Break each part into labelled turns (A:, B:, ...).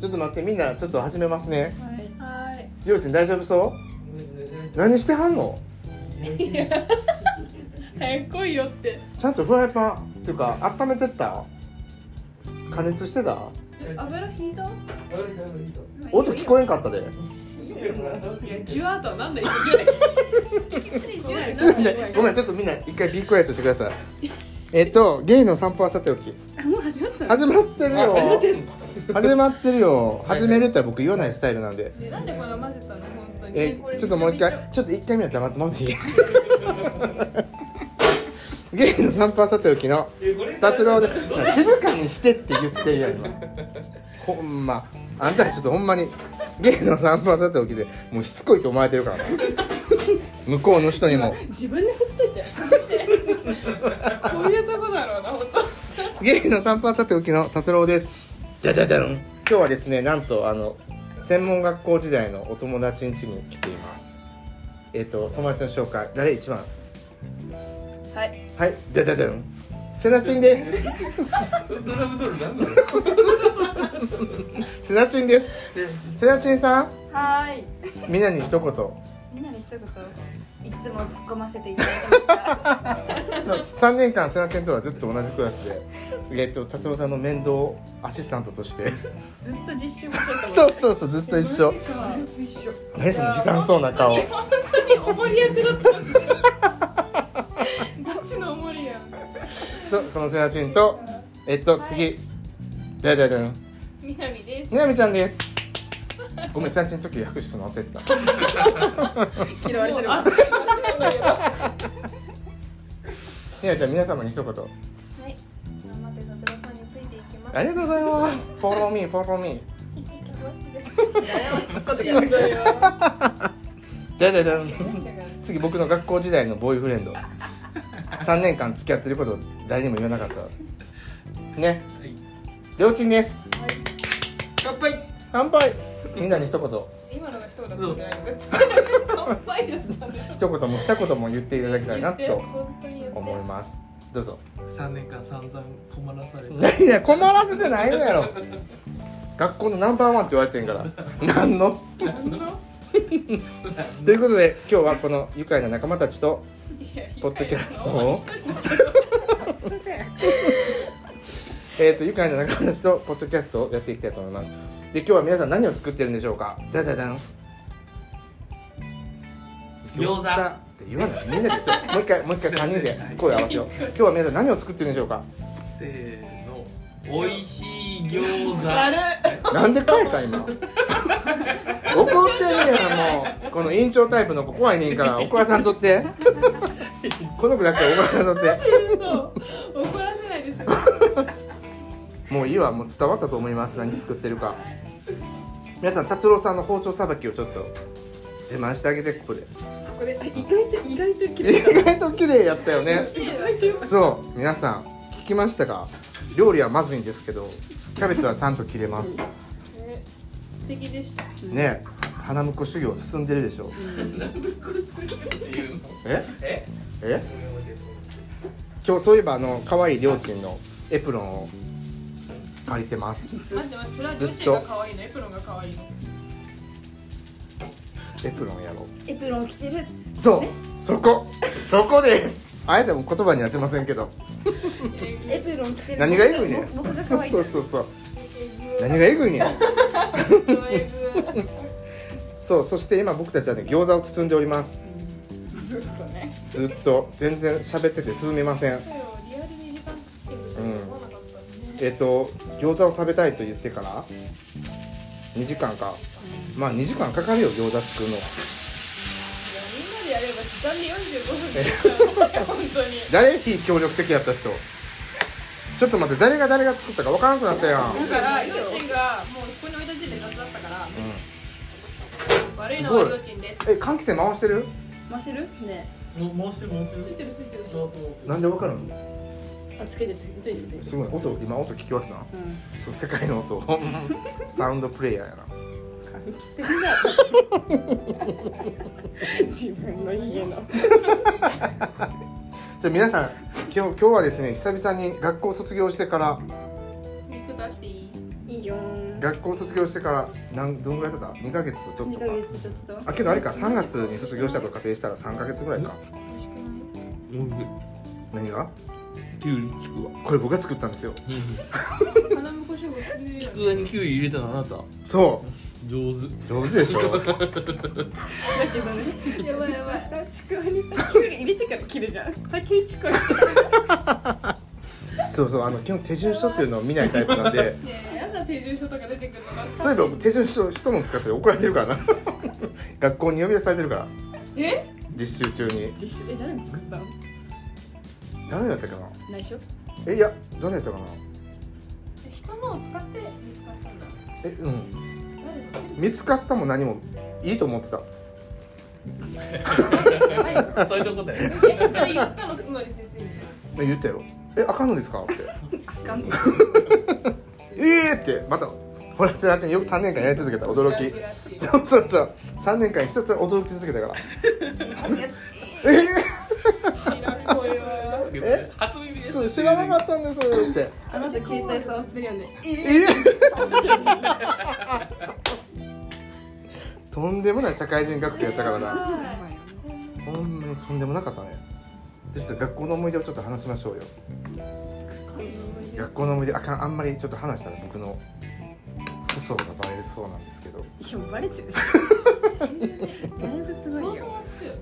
A: と待ってみんなちょっと始めますね
B: はい。
A: りょうちん大丈夫そう何してはんの
B: 早く来いよって。
A: ちゃんとフライパンっていうか温めてった加熱してた
B: え油引いた？
A: 音聞こ
B: え。
A: えんかったで
B: ジュワーとはなんだよ。ジュワー
A: ごめんちょっとみんな一回ビークワイエットしてくださいえっとゲイの散歩はさておき
B: もう始まったの。
A: 始まってるよ始まってるよ始めるって僕言わないスタイルなんで
B: ねなんでこんな混ぜたの本当に。
A: えちょっともう一回ちょっと一回目は黙ってもらっていいゲイの散歩はさておきの達郎で静かにしてって言ってるやん今ほんまあんたらちょっとほんまにゲイの散歩はさておきでもうしつこいと思われてるからな向こうの人にも
B: 自分で振っといて。こういうとこだろうな本当。
A: ゲイの散歩はさておきの達郎ですダダダン今日はですねなんとあの専門学校時代のお友達ん家に来ていますえっ、と友達の紹介誰一番
B: はい。
A: はい、でででん。セナチンです。セナチンです。セナチンさん、
C: はーい。
A: みんなに一言。そ
C: みんなに一言。いつも突っ込ませていただきました。
A: う三年間セナチンとはずっと同じクラスで、えっと達郎さんの面倒アシスタントとして、
B: ずっと実習もしてた。
A: そうそうそうずっと一緒。
B: 一緒。
A: 何その悲惨そうな顔。
B: 本当におもり役だったんでしょ。ガチのおもりやん。
A: とこのセナチンと、えっと次、でででん。
B: みなみです。
A: みなみちゃんです。ごめんセナチンの時訳すの忘れてた。
C: 嫌われてる
B: もうあっ。
C: わ
B: という間
A: みな
B: に
A: みちゃん皆様に一言。
C: はい。頑張って達郎さんについていきます。
A: ありがとうございます。フォローミーフォローミー。
B: しんどいわ。
A: でででん次僕の学校時代のボーイフレンド3年間付き合ってることを誰にも言わなかったねりょうちんです乾杯みんなに一言
B: 今のが一言だったんじゃない絶対乾杯だったんでしょ
A: 一言も二言も言っていただきたい
B: 言
A: な
B: って
A: と
B: 本当に言って
A: 思いますどうぞ
D: 3年間散々困らされて
A: 何や困らせてないのやろ学校のナンバーワンって言われてんから何の
B: 何の
A: ということで今日はこの愉快な仲間たちと
B: いやいや
A: ポッドキャスト
B: もう
A: を
B: 一人
A: えー、と愉快な仲間たちとポッドキャストをやっていきたいと思いますで今日は皆さん何を作ってるんでしょうかダダダン
D: 餃子
A: って言わないみんなでちょもう一回もう一回3人で声を合わせよう今日は皆さん何を作ってるんでしょうか
D: せーの美味しい餃子
B: だる
A: なんで変えた今怒 ってるやんもうこの委員長タイプの子怖いねんからお母さんとってこの子だけはお母さんとって
B: そう怒らせないですよ
A: もういいわもう伝わったと思います何作ってるか皆さん達郎さんの包丁さばきをちょっと自慢してあげてここで
B: ここであ意外と意外と綺麗
A: 意外と綺麗やったよね
B: 意外とよかっ
A: そう皆さん聞きましたか料理はまずいんですけどキャベツはちゃんと切れます
B: たね素敵でした
A: ね花婿修行進んでるでしょえ
D: え
A: え今日そういえばあの可愛いりょうちんのエプロンを借りてます
B: 待って待ってそれはジ
A: ずっと
B: ュチが可愛いのエプロンが可愛いの
A: エプロンやろ
C: エプロン着てる。
A: うそうそこそこですあえても言葉にはしませんけど
C: エプロン着てる。
A: 何がエグいねん
C: 僕僕が
A: そう
C: 可愛い。
A: そうそうそう何がエグいねん
B: 可愛く
A: そうそして今僕たちはね餃子を包んでおります
B: ずっとね
A: ずっと全然喋ってて進みません
B: リアルに時間かけてると思わなかったね
A: えっと餃子を食べたいと言ってから2時間かまあ2時間かかるよ餃子作るの
B: いやみんなでやれば時短で45分で本当に
A: 誰非協力的やった人ちょっと待って誰が誰が作ったかわからなくなったやん、うん、
B: だから、りょうちんがもうここに置いた時点で雑だったから、悪いのはりょうちんです。
A: え換気扇回してる
C: マシル？ね。
D: ももうしてもってる
B: ついてるついてる。
A: なんでわかるの
C: あつけてるつけてるつけてる。
A: すごい音今音聞き分けたな
C: うん。
A: そう世界の音サウンドプレイヤーやな
C: 換気扇が自分の家の。
A: じゃあ皆さん今日今日はですね久々に学校を卒業してから
B: 肉出していい？
C: いいよ
A: 学校卒業してからなんどんぐらい経った2ヶ月ちょっと
C: 二ヶ
A: か
C: 月ちょっと
A: あけどあれか3月に卒業したと仮定したら3ヶ月ぐらいか何が
D: キュウリつくわ
A: これ僕が作ったんですよ
B: 花婿賞が進んでるやん
D: 机にキュウリ入れたのあなた
A: そ
D: 上手
A: う上手でしょ
C: だけどね
B: やばいやばい
C: さちくわにさきゅうり入れてから切るじゃん先にちくわにちゃった
A: そうそうあの基本手順書っていうのを見ないタイプなん で
B: ねえやだ手順書とか出てくるのが
A: そういえば手順書人の使って怒られてるからな 学校に呼び出されてるから
B: え
A: 実習中に
C: 実習え誰に作ったの
A: 誰だったかな
C: 内緒
A: えいや誰だったかな
B: 人のを使って見つかったんだ
A: えうん
B: 誰か
A: 見つかったも何もいいと思ってた
D: そういうとこだよね
B: えそれ言ったのすのり先生に
A: え言ったよえあかんのですかって
C: あかんの
A: ええー、ってまたほらちなちによく3年間やり続けた驚き
B: らしいらしい
A: そうそうそう3年間ひたすら驚き続けたから え
B: 知らん声は
A: え
D: 初耳で
A: ー、
D: す
A: そう知らなかったんですって
C: あなた携帯触ってるよね
A: えとんでもない社会人学生やったからなほんまにとんでもなかったねちょっと学校の思い出をちょっと話しましょうよ学校の思い出あかんあんまりちょっと話したら僕の粗相がバレそうなんですけど
C: いやバレてるしだいぶす
B: 想
C: ごい
B: 像
C: よ
B: はつくよ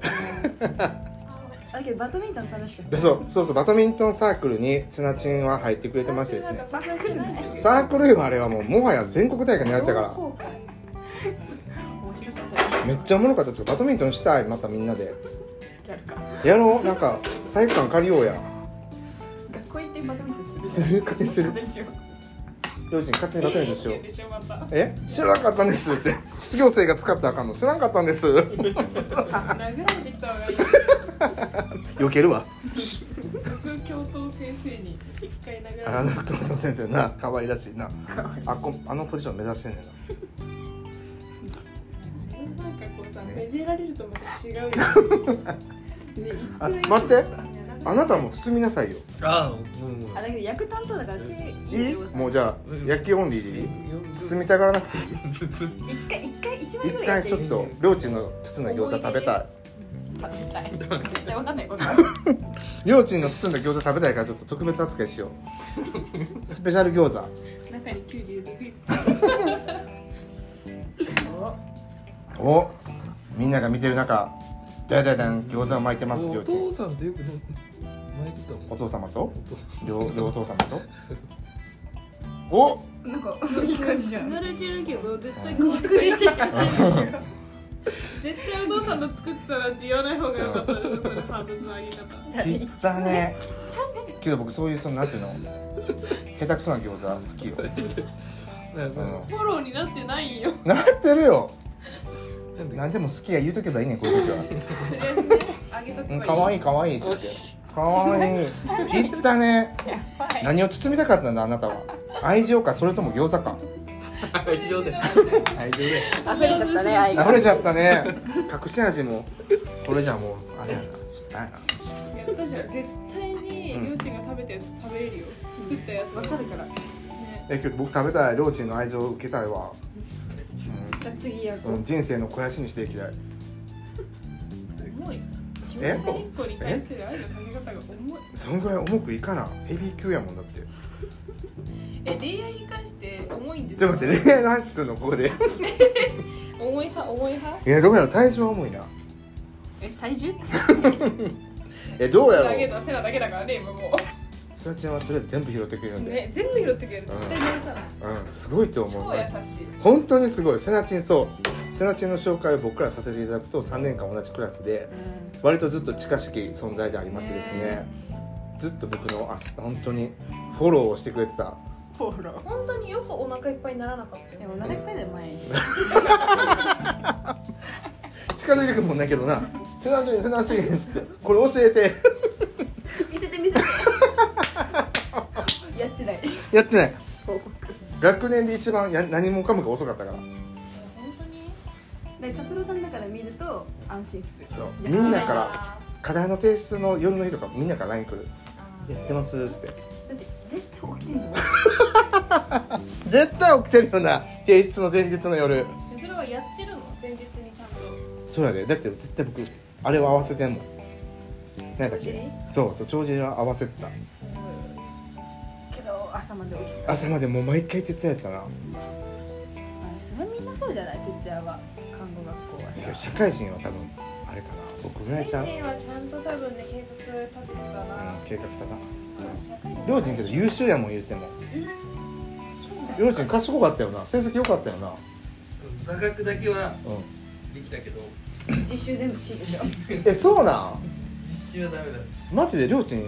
C: だけどバドミントン楽しかっ
A: で
C: た
A: そうそうそうバドミントンサークルにセナチンは入ってくれてましてですね
C: サークルない
A: サークルよあれはもうもはや全国大会狙ってたから
C: 同好会面白かったよ
A: めっちゃおもろかったちょっとバドミントンしたいまたみんなで
C: やるか
A: やろうなんか体育館借りようや
C: 学校行ってバドミントンする
A: する勝手にする
C: でしょ
A: 両親勝手にバドミントンしよう
B: でしょまた
A: え知らなかったんですって卒業生が使ったらあかんの知らなかったん です
B: 殴られてきた方がいい
A: 避けるわ
B: 僕教頭先生に一回殴ら
A: あ
B: れ
A: の
B: て
A: 黒田先生な可愛らしいなあこあのポジション目指してんねんな
B: なんかこうさめでられるとまた違うよ ね
A: あ待ってあなたも包みなさいよ
D: あーうんうん
C: あだけど役担当だから手
A: い
C: いい
A: い
C: よ
A: もうじゃあ焼きオンリーでいい包みたがらなくていい
C: 一回一回一枚ぐら
A: 一
C: いや
A: 回
C: って
A: ちょっと両親の包んだ餃子食べたい
C: 食べたい絶対わかんないこと
A: 両親の包んだ餃子食べたいからちょっと特別扱いしようスペシャル餃子
B: 中にキュウリ入れてくる
A: おみんなが見てる中だいだいだん餃子を巻いてます
D: お
A: 両
D: 父
A: 親
D: さんってよく飲ん巻いてたもん
A: お父様と
D: お父さん
A: 両両お父様 とお
C: なんかいい感じじゃん
B: 慣れてるけど絶対変わってない絶対お父さんの作ったらって言わない方が良かったでしょそれハードルの上げ方
A: 切った ねけど僕そういうそのなんていうの下手くそな餃子好きよ
D: なんか
A: うん
B: フォローになってないよ
A: なってるよ
D: なんだっ
A: 何でも好きや言うとけばいいねんこういう時は
B: あげと
A: う
B: け
A: ん
B: ば
A: 可
B: い
A: 愛い可愛いって言って可愛い切ったね何を包みたかったんだあなたは愛情かそれとも餃子か
D: け愛情で愛情で
C: 溢れちゃったね愛が
A: 溢れちゃったね隠し味もこれじゃもうあれやな失敗やな
B: やったじゃん絶対にりょうちんが食べたやつ食べれるよ作ったやつ
C: わかるから
B: ね
A: え今日僕食べたい両親の愛情を受けたいわ、
C: じゃあ次や
A: うん
C: こ
A: うん、人生の肥やしにしていきたい
B: 重い
A: え
B: 餃子1個に対する愛のかけ方が重い
A: そんぐらい重くいかなヘビー級やもんだって
B: え恋愛に関して重いんです
A: ちょ
B: か
A: っと待って恋愛の話するのここで
B: 重い派重い派
A: いやどうやろ体重は重いな
C: え体重
A: えどうやろ
B: あげ
A: う
B: たセラだけだからね今も
A: すなちゃんはとりあえず全部拾ってくれる
B: うん
A: で、
B: ね全部拾ってくれる絶対許さない
A: うんすごいと思う
B: 超優しい
A: 本当にすごいセナチンそうセナチンの紹介を僕からさせていただくと3年間同じクラスで割とずっと近しき存在でありましてですねずっと僕のあ本当にフォローをしてくれてた
C: フォロ
B: 本当によくお腹いっぱいにならなかった
C: で
B: よ
C: もお腹いっぱいで毎日
A: 近づいてくるもんだけどな「セナチンセナチン」っつって「これ教えて
C: 見せて見せてやってない」
A: やってない
C: 報告
A: 学年で一番や何もかもが遅かったから
B: 本当に
C: で達郎さんだから見ると安心する
A: そう
C: い
A: み
C: や
A: んな
C: だ
A: から課題の提出の夜の日とかみんなから LINE 来る「やってます」って
C: って絶対起きてんの
A: 絶対起きてるよな提出の前日の夜
B: えそれはやってるの前日にちゃんと
A: そうやでだって絶対僕あれは合わせてんもん何だっけそうそう長寿は合わせてた
C: けど朝まで起きて
A: 朝までもう毎回徹夜やったな
C: それはみんなそうじゃない徹夜は看護学校はい
A: や
C: さ
A: 社会人は多分あれかな僕ぐらいちゃう、うん、
B: 人はちゃんと多分ね計画立ててたな、
A: 計画立た
B: 社会
A: ん両人けど優秀やもん言っても両人賢かったよな成績良かったよな
D: 座学だけは
A: う
D: できたけど
C: 実習全部 C でしょ
A: んえそうなん
D: 実習はダメだ
A: マジで両親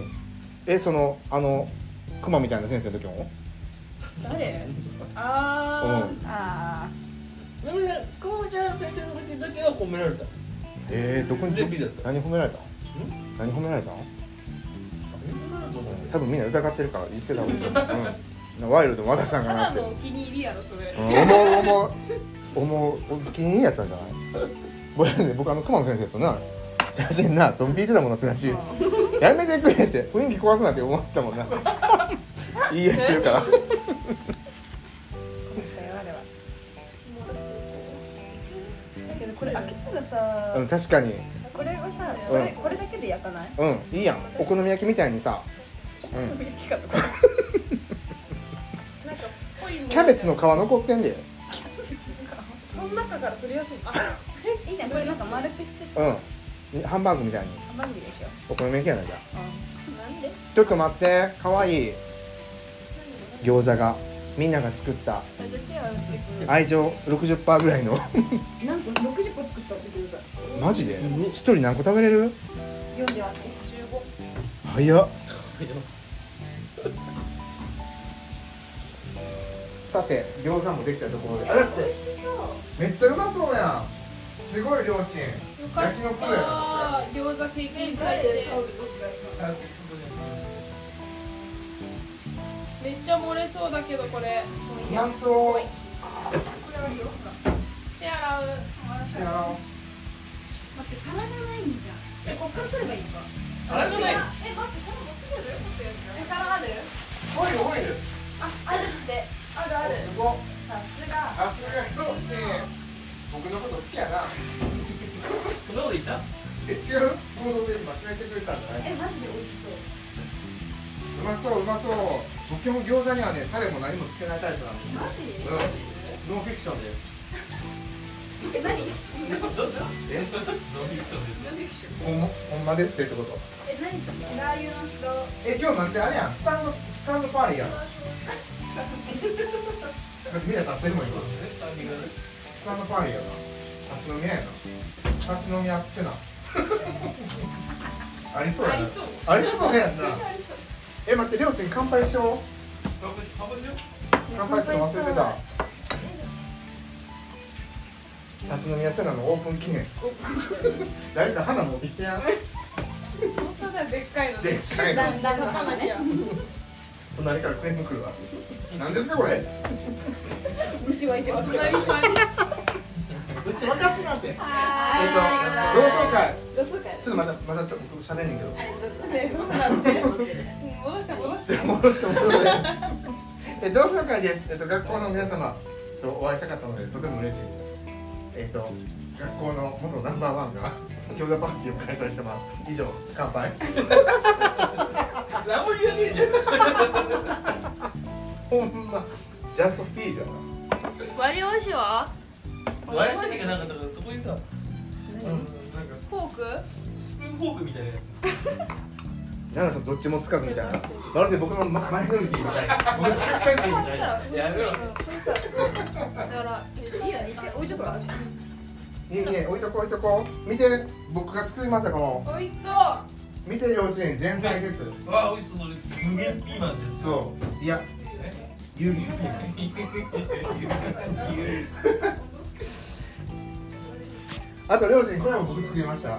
A: えそのあのクマみたいな先生の時も
B: 誰あ
A: うん
C: あ
D: なので久保ちゃん先生の時だけは褒められた
A: えー、どこに
D: 全部だった
A: 何褒められた何褒められたの多分みんな疑ってるから言ってた方がいい、うん、ワイルドも渡したん
B: ー
A: か
B: た
A: な
B: だ
A: って、
B: のお気に入りやろそれ、
A: うん、思う思う思うお気に入りやったんじゃない僕僕あの熊野先生とな写真な飛びいてたもんなつらしいやめてくれって雰囲気壊すなって思ってたもんな言い合いしてるから
C: 今回はあれはだけどこれ開けたらさ、
A: うん確かに
C: これはさこれこれだけで焼かない
A: うんいいやんお好み焼きみたいにさ、うん、
C: 焼き方これ
B: なんかぽいもん
A: キャベツの皮残ってんで
B: その中から取り出すのあ
C: いいじゃんこれなんか丸くしてさ、
A: うんハンバーグみたいに
C: 甘みでしょ、
A: お好み焼きやないか
B: なんで
A: ちょっと待ってかわいい餃子がみんなが作った
C: うん、手は打ってくる
A: 愛情60%ぐらいの
C: なんか60個作ったってくるから
A: マジで一人何個食べれる
C: 読んではね
B: 15
A: 早っさて餃子もできたところであだって
C: 美味しそう
A: めっちゃうまそうやんすごい両親
B: よか
A: 焼きの
B: っ
A: プロやな
B: た餃子経験者でめっちゃ漏れそうだけどこれ
A: うまそう
B: 手洗う
A: いや
C: 待って皿がないんじゃんえこっから取ればいいのか
D: 皿がない
B: え待ってこれ持ってくる
C: え皿ある
A: オイルオイル
C: ああるってあるある
A: すごっ
C: さすが
A: さすがひとち僕のこと好きやな
D: そんなこと言った
A: え違う行動で今締めてくれたんじゃない
C: えマジで美味しそう
A: うまそううまそう僕も餃子にはねタレも何もつけないタイプなんですよ
C: マジ
A: うんノンフィクションです
C: え何
A: えほんまほんまですってこと
C: え何ラー油の人
A: え今日なんてあれやんスタンドスタンドパーリーやんみんな立ってるもん今スタンドパーリーやな立ち飲み屋やな立ち飲み屋ってなありそうやな
B: ありそう
A: ありそうやんなえ待ってりょうちん乾杯しよう乾杯するの忘れてた立ち飲み屋セナのオープン記 念誰か花持ってきてや
B: 本当だでっかいの
A: でっかいの
C: 旦那の
B: 書か
C: 花
B: なき
C: ね
B: ゃ
A: 隣からクレーム来るわ何ですかこれ
C: 虫湧いてま す
B: 隣に座り
A: 牛沸かすなってえっと
C: は
A: 同窓会
C: どうするかや
A: ちょっとまたまたちょっと喋んねんけど
B: ねどうなって戻して戻して
A: 戻して戻してえ同窓会です、えっと、学校の皆様とお会いしたかったのでとても嬉しいですえっと学校の元ナンバーワンが餃子パーティーを開催してます以上乾杯
D: 何も言わねえじゃん
A: ほんまジャストフィールだな
B: 割り箸は
D: 割り箸がなかったからそこにさうんなんか
B: フォーク
D: スプーンフォークみたいなやつ
A: なんかそのどっちもつかずみたいなまるで僕のママイノリティみたいな僕の社会人みたいな
D: やめろ
B: だから
C: いいよ、いいよ置いとくわ
A: いいね置いとこう置いとこう見て僕が作りましたこの
B: 美味しそう
A: 見て幼稚園前菜です
D: わあ美味しそうそれ無限ピーマンです
A: そういや有限ピーマンあと両親これも僕作りました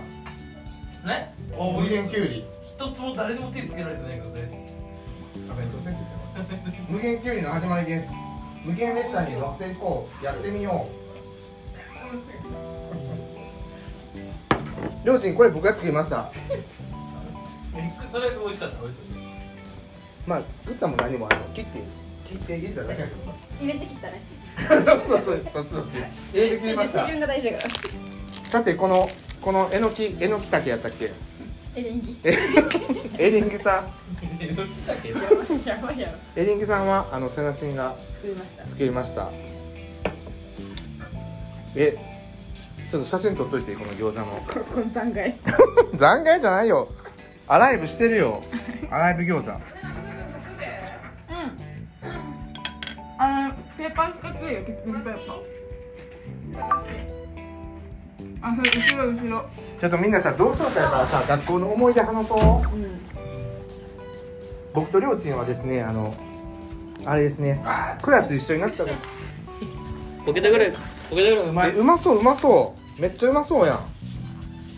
D: ねお
A: 無
D: 美味
A: 限
D: し
A: きゅうり
D: そう一つも誰でも手つけられてないからね
A: 無限きゅうりの始まりです無限列車に乗っていこうやってみよ う両親これ僕が作りました
D: びっくりそれ美味しかった美味しかっ
A: まあ作ったも何もあの切って切って入れただけやけ
C: 入れてきたね
A: どさそうそうそうそっちそっち入れて切りまし
C: 手
A: た
C: 順が大事だから
A: さてこのこのえのきえのき竹やったっけ
C: エリンギ
A: エリンギさん
B: やばいやろ
A: エリンギさんはあのセナチンが
C: 作りました
A: 作りましたえちょっと写真撮っといてこの餃子の
C: この残骸
A: 残骸じゃないよアライブしてるよアライブ餃子
C: あのペーパー使ってるよキッチンペーパーあ、それ後ろ後ろ
A: ちょっとみんなさ同窓会からさ学校の思い出話そう
C: うん
A: 僕とりょうちんはですねあのあれですねクラス一緒になったの
E: ポケットぐらいポケットぐらいうま
A: え
E: いう
A: まそううまそうめっちゃうまそうやん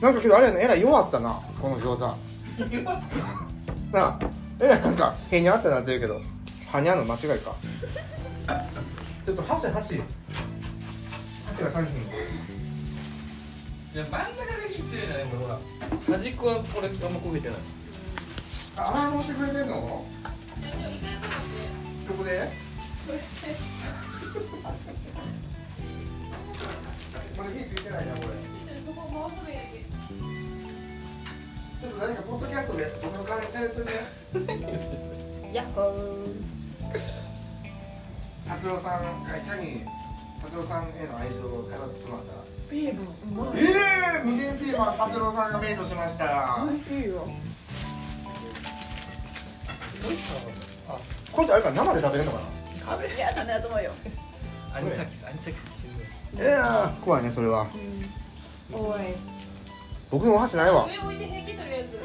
A: なんかけどあれやなえらい弱ったなこの 餃子なあえらいなんかへにゃってなってるけどはにゃの間違いかちょっと箸箸箸が足りひん
E: いや真ん中だけ強いじゃないこれほら端っこはこれあんま焦げてない
A: あ洗い物してくれてんのどこ でこれ火ついてないなこれちょっと誰かポッドキャストでこの感じでやってね
C: ヤッホー
A: 達郎さんがいかに達郎さんへの愛情を語ってもらったら
C: ビールうまい
A: ええー、無限ピーマン達郎さんがメイドしました
C: 美味しいよ
A: これってあれか生で食べれるのか
C: 嫌だねと思うよ
D: アニサキスアニサキスって死ぬ
A: ないやー怖いねそれは
C: おい
A: 僕のお箸ないわ
B: 上置いて平気とりあえず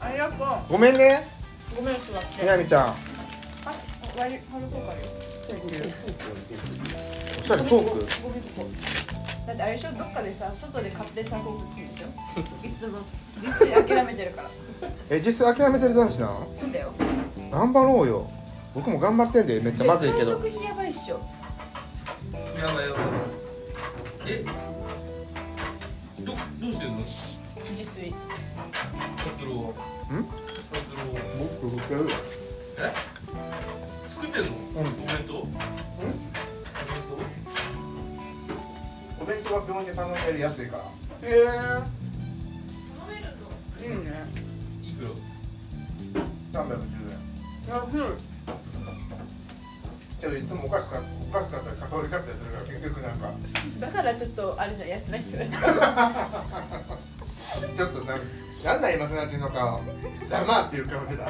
C: ありがとう
A: ごめんね
C: ごめん座って
A: みなみちゃん
C: あ、割り貼る方からよ
A: おしゃれフォーク
C: ごめんここだってあれでしょどっかでさ外で買ってさフォーク作るでしょいつも実際諦めてるから
A: え実際諦めてる男子なの
C: そうだよ
A: 頑張ろうよ僕も頑張ってんでめっちゃまずいけど
C: 絶対食費やばいっしょ
E: やばいやばいえどどうしてんの
C: 自炊
E: 達郎は達郎
A: ん
E: は
A: 僕振ってる
E: え作ってんのお弁当お弁
A: お弁当は病院で頼んでる安いから
C: へえいいね
E: 当いくら
A: 310円けどいつもお菓子かお菓子買ったりカロリー買ったりするから結局なんか
C: だからちょっとあれじゃん安な人ですか
A: ちょっとなんなんだ今すなちんの顔ざまあっていう顔してた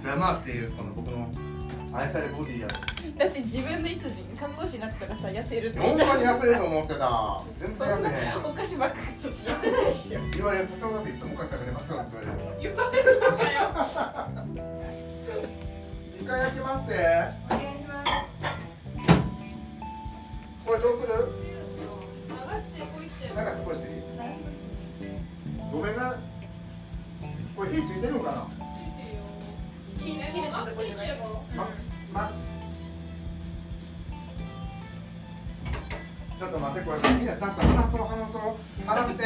A: ざまあっていうこの僕の愛されボディや
C: だって自分の意図に看護師になったらさ痩せるって
A: ほんまに痩せると思ってた全然痩せへん
C: お菓子ばっかちょっと痩せないっしょ
A: 言われるとだっていつもお菓子食べてますよって言われる
B: 言われるのかよ
A: 一回焼きますって
B: お願いします
A: これどうする
B: 流してこいって
A: なんか少しごめんなこれ火ついてるのかな
C: 切るとこじゃない
A: マックスマックスちょっと待ってこれみんなちゃんと話そう話そう話して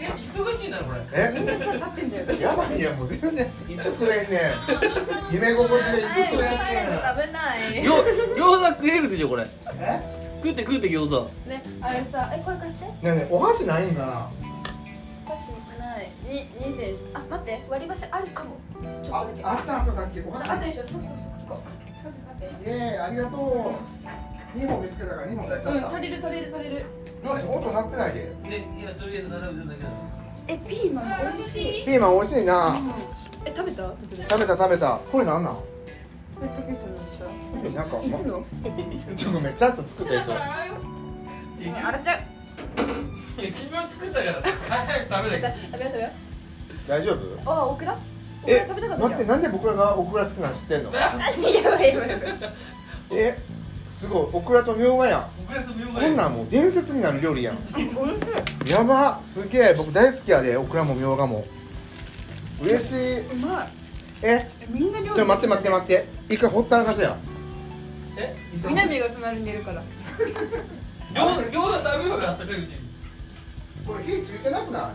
E: え忙しいなこれ
C: みん
A: え
C: なさ立ってんだよ
A: やばいやんもう全然いつ食えん ねん夢心地でいつ食えんね
C: 食べない
E: 餃餃子食えるでしょこれ
A: んえ
E: 食って食って餃子
C: ね、あれさ、え、これ貸して
A: ねえねえお箸ないんかな
C: お菓子ないに、2膳あ、待って、割り箸あるかもちょっ
A: あ
C: とだけ
A: あったんかさっきお箸
C: あったでしょ、そうそうそうそう使って使って
A: イエーイありがとう2本見つけたから2本出しちゃ
C: う
A: っ
C: ん、
A: た、
C: 足りる足りる足りる
A: なんか音鳴ってないで
E: で今とりあえず並べるだけだ
C: え、ピーマン美味しい
A: ピーマン美味しいな
C: え、食べた突然
A: 食べた食べたこれなんなん
C: え、竹内さんのでしょ
A: なんか
C: いつの
A: ちょごめんちゃんと作ったやつ
C: あらちゃう
E: 自分作ったから早く食べなきゃ
C: 食べよう食べよ
A: 大丈夫
C: うあ、オクラオクラ
A: え
C: 食べたかった
A: 待ってなんで僕らがオクラ好きなの知ってんの
C: 何やばいやばいやばい
A: えすごいオクラとみょうがやん
E: 僕らと見よう
A: こんなんもう伝説になる料理やんやばすげえ僕大好きやでオクラもみょうがも嬉しいう
C: まい
A: え
C: えみんな料理
A: ちょっと待って待って待って一回ほったらかしや
E: え
C: 南が隣にいるから
E: 餃子餃子食べようよあったかいうちに
A: これ火ついてなくない
E: い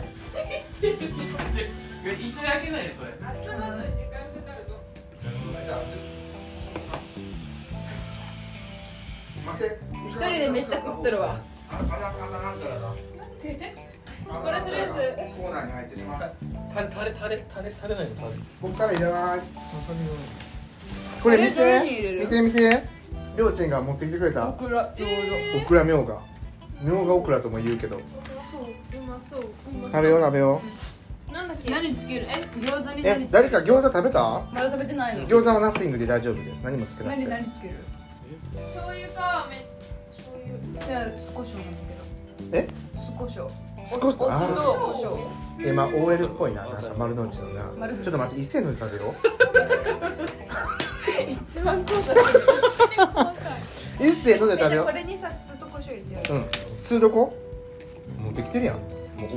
E: や一年開けないよそれ
B: 頭の時間かかるぞ
A: じゃあ
C: 人でめっちゃ食ってるわ
A: ああなあななんちゃらだ
B: これとりあえ
A: コーナーに入ってしまう
D: タレタレタレタレタレないのタレ
A: こっからいらないこれ見
C: これどれに入れ
A: て
C: る
A: 見て見てりょうちんが持ってきてくれ
C: オ
A: た
C: クラちょう
A: オクラみょうがみょうがオクラとも言うけど
B: そううまそううまそう
A: 食べよう食べよ
B: なんだっけ
C: ど何つけるえ餃子
A: うえ
C: に何つけ
A: 誰
C: る
A: か餃子食べた
C: まだ食べてないの
A: 餃子はナッシングで大丈夫です何もつけなく
C: 何
A: て
C: 何つける
B: 醤油かめ醤油
C: じゃあ酢コショウなんだけ
A: え
C: ど酢コショウ
A: 酢コショウ
C: お酢とコショウ
A: えまあ OL っぽいななんか丸の内のな
C: 丸の内
A: ちょっと待って一斉の食べよ
C: 一番高価だ
A: う一斉ので
C: じゃ
A: 食べ
C: あ
A: よ
C: これにさ酢とコショウ入れて
A: う
C: よ
A: うん酢どこ持ってきてるやんも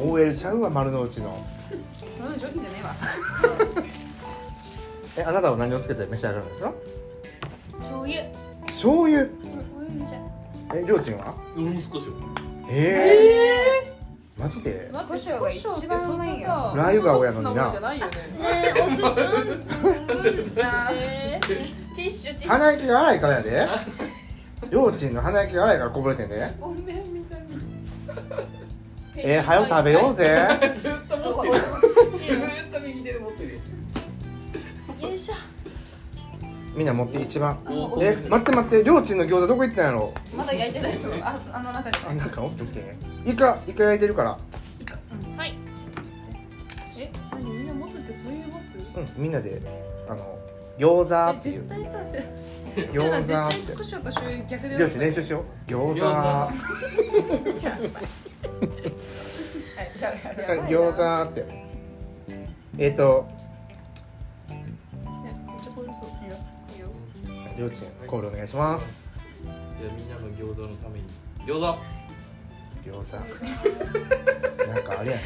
A: う OL ちゃうわ丸の内の
C: そんなの上品じゃねえわ
A: えあなたは何をつけて召し上がるんですか
B: 醤油
A: 醤油
B: うん美味しい
A: えりょうちんは
D: 俺も少し
A: ええマジで
C: 酢コショウが一番うまいよ
A: ラー油顔やのにな
B: じゃないよね
C: ねえお酢うんうんな
B: え
C: ティッシュティッシ
A: 鼻
C: ュ
A: 息が荒いからや でりょうちんの鼻息が荒いからこぼれてんで
C: ごめんみたいな
A: えー、早く食べようぜ
D: ずっと持ってるずっと右手で持ってる
C: よいしょ
A: みんな持って一番
D: お
A: え待って待ってりょうちんの餃子どこ行ったんやろ
C: まだ焼いてないと思うああの中に
A: あなんかおっててイカイカ焼いてるから
B: はいえ何みんな持つってそういう持つ
A: うんみんなであの餃子ってい
B: 絶
A: う
B: 対させ絶
A: 餃
B: 対
A: 子
B: 少
A: っ
B: しと醤油逆
A: て
B: で
A: りょうちん練習しよう餃子餃子ってえっ、と
B: めっちゃこれそういいよいいよ
A: りょうちんコールお願いします
D: じゃあみんなの餃子のために餃子
A: 餃 子なんかあれや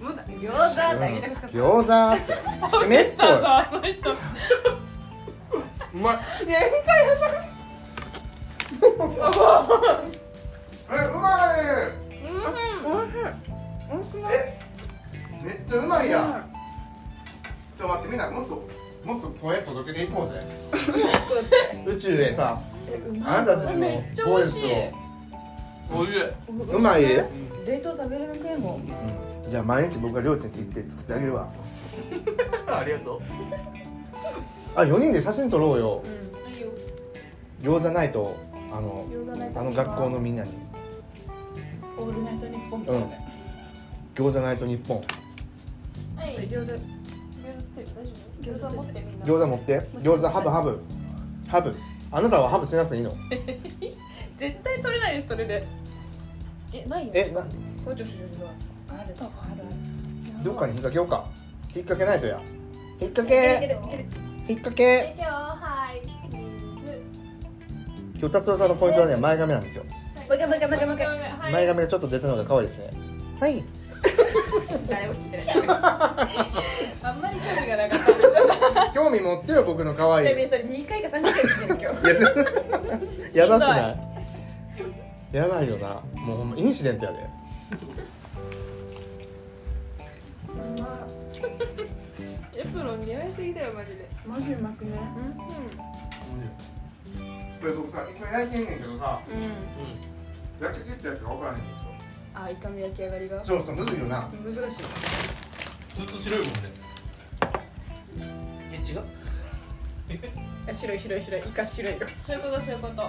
A: な
C: まだ餃子ってあげてほしかっ
A: 餃子って締めっぽい
B: あの人
D: うまい
C: たねえ
A: えうまい
C: おいしくない
A: めっちゃうまいやんちょっと待ってみんなもっともっと声届けていこうぜ宇宙へさあなたたちのボイスを
D: おいしいう
A: まい、
C: 冷凍食べれなくないもん
A: うんじゃあ毎日僕がりょうちんち行って作ってあげるわ
D: ありがとう
A: あ4人で写真撮ろうよ
B: いいよ
A: 餃子ないとあのあの学校のみんなに
C: オールナイトニッポンみ
A: うん餃子ないと日本
B: はい
C: 餃子
B: 餃子捨てる大丈夫餃子持ってみんな
A: 餃子持って餃子ハブハブハブあなたはハブしなくていいの
B: 絶対取れないですそれで
C: えないよ
A: えな
C: これちょちょちょちょあるある
A: どっかに引っ掛けようか引っ掛けないとや引っ掛
C: いけ
A: け
C: るいける
A: 引っ掛け
B: 今日はいチーズ
A: 今日達郎さんのポイントはね前髪なんですよ
C: もう一回もう一回もう一回もう一回
B: はい
A: 前髪がちょっと出たのが可愛いですねはい
C: 誰も聞いてないあんまり興味がなかった
A: 興味持ってよ僕の可 愛い
C: それ2回か3回聞いてる今 日
A: やばくないやばいよなもうほんまインシデントやで
B: エプロン似合いすぎだよマジで
C: マジうまくね
A: これ僕さ一回焼いてんねんけどさ
C: うん
A: 焼き切ったやつが分からへんねん
C: あイカの焼き上がりが
A: ちょっとむずいよな
C: 難し
D: ず
C: い
D: っと白いもんねえ違う
C: あ白い白い白いイカ白いよ
B: そういうことそういうこと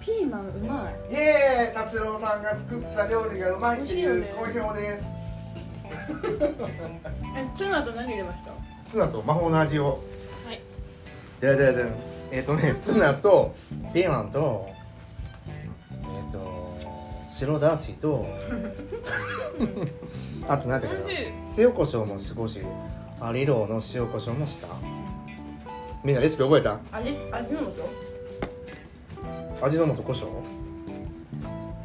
C: ピーマンうまい
A: イエーイ達郎さんが作った料理がうまいっていう好評です
C: えツナと何入れました
A: ツナと魔法の味を
B: はい
A: でででえっ、とねツナとピーマンとえっ、と白だし とあと何ていうかな
B: 美味
A: 塩コショウも少しあリローの塩コショウもしたみんなレシピ覚えた
C: 味味の素
A: 味の素コショウ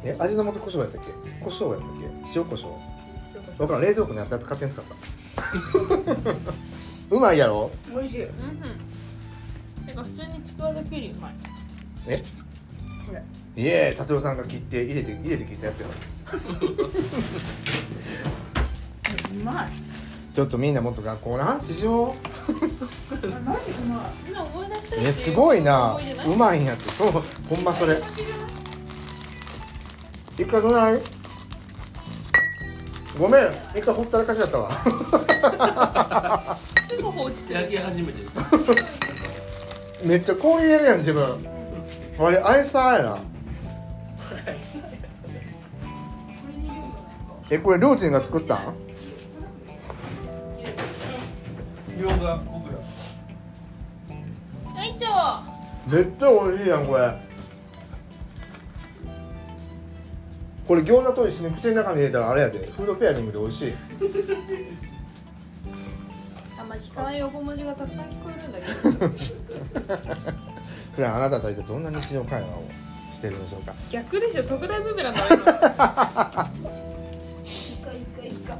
A: え味の素コショウやったっけコショウやったっけ塩コショウ僕らん冷蔵庫にあったやつ勝手に使った うまいやろ
C: 美味しい
B: うんてか普通にちくわだけよりうまい
A: えいえ達郎さんが切って入れて入れて切ったやつや
C: うまい
A: ちょっとみんなもっと学校の話しよ
C: あマジうまい
B: みんな思い出した
A: う
B: い
A: えすごいな
B: 思い出ないう
A: まいんやってそうほんまそれ一回どないごめん一回ほったらかしだったわ
B: すぐ放置す
E: 焼
B: る
E: き始めてる
A: めっちゃ氷入れるやん自分あれアイサーやなえこれりょうちんが作ったん
E: 量が僕ら
B: 隊長
A: めっちゃ美味しいやんこれこれ餃子と一緒に口の中に入れたらあれやでフードペアリングで美味しい
C: あんま聞かない横文字がたくさん聞こえるんだけど
A: 普段あなたといてどんな日常会話をしてるんでしょうか
B: 逆でしょ特大ブーメランだ今
C: いかいかいか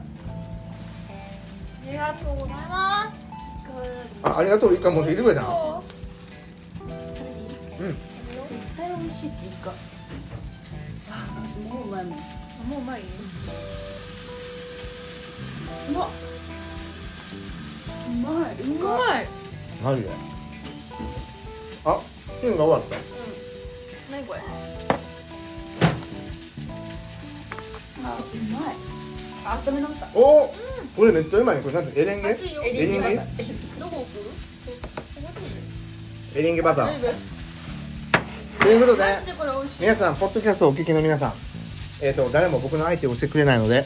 C: ありがとうございます
A: あありがとうイカ持ってきてくれたんうん
C: 絶対美味しいっていかもううまいもんもううまいようまっうまいう
B: まい
A: マジであシーンが終わった
C: 何これあうまいあ温め直した
A: おおこれめっちゃうまいねこれなんてエレンゲ
B: 熱いよ
A: エリンギ
B: どこ置く
A: エリンギバターということで
B: でこれ美味しい
A: 皆さんポッドキャストをお聞きの皆さんえっ、と誰も僕の相手をしてくれないので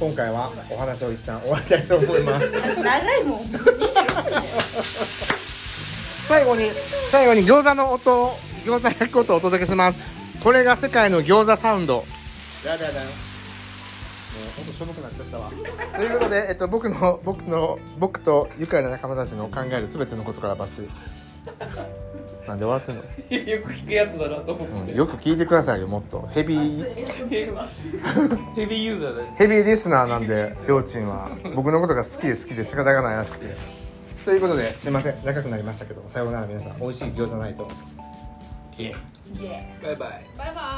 A: 今回はお話を一旦終わりたいと思います
C: 長いもん
A: 最後に最後に餃子の音を餃子焼く音をお届けしますこれが世界の餃子サウンドやだやだもう音しょぼくなっちゃったわ ということで、えっと、僕の僕の僕と愉快な仲間たちの考える全てのことから抜粋なんで笑ってんの
D: よく聞くやつだなと思っ
A: うん
D: て
A: よく聞いてくださいよもっとヘビー
E: ヘビーユーザーだね
A: ヘビーリスナーなんでりょうちんは僕のことが好きで好きで仕方がないらしくてということですいません長くなりましたけどさようなら皆さん美味しい餃子ないといえ
E: バイバイ
B: バイバイ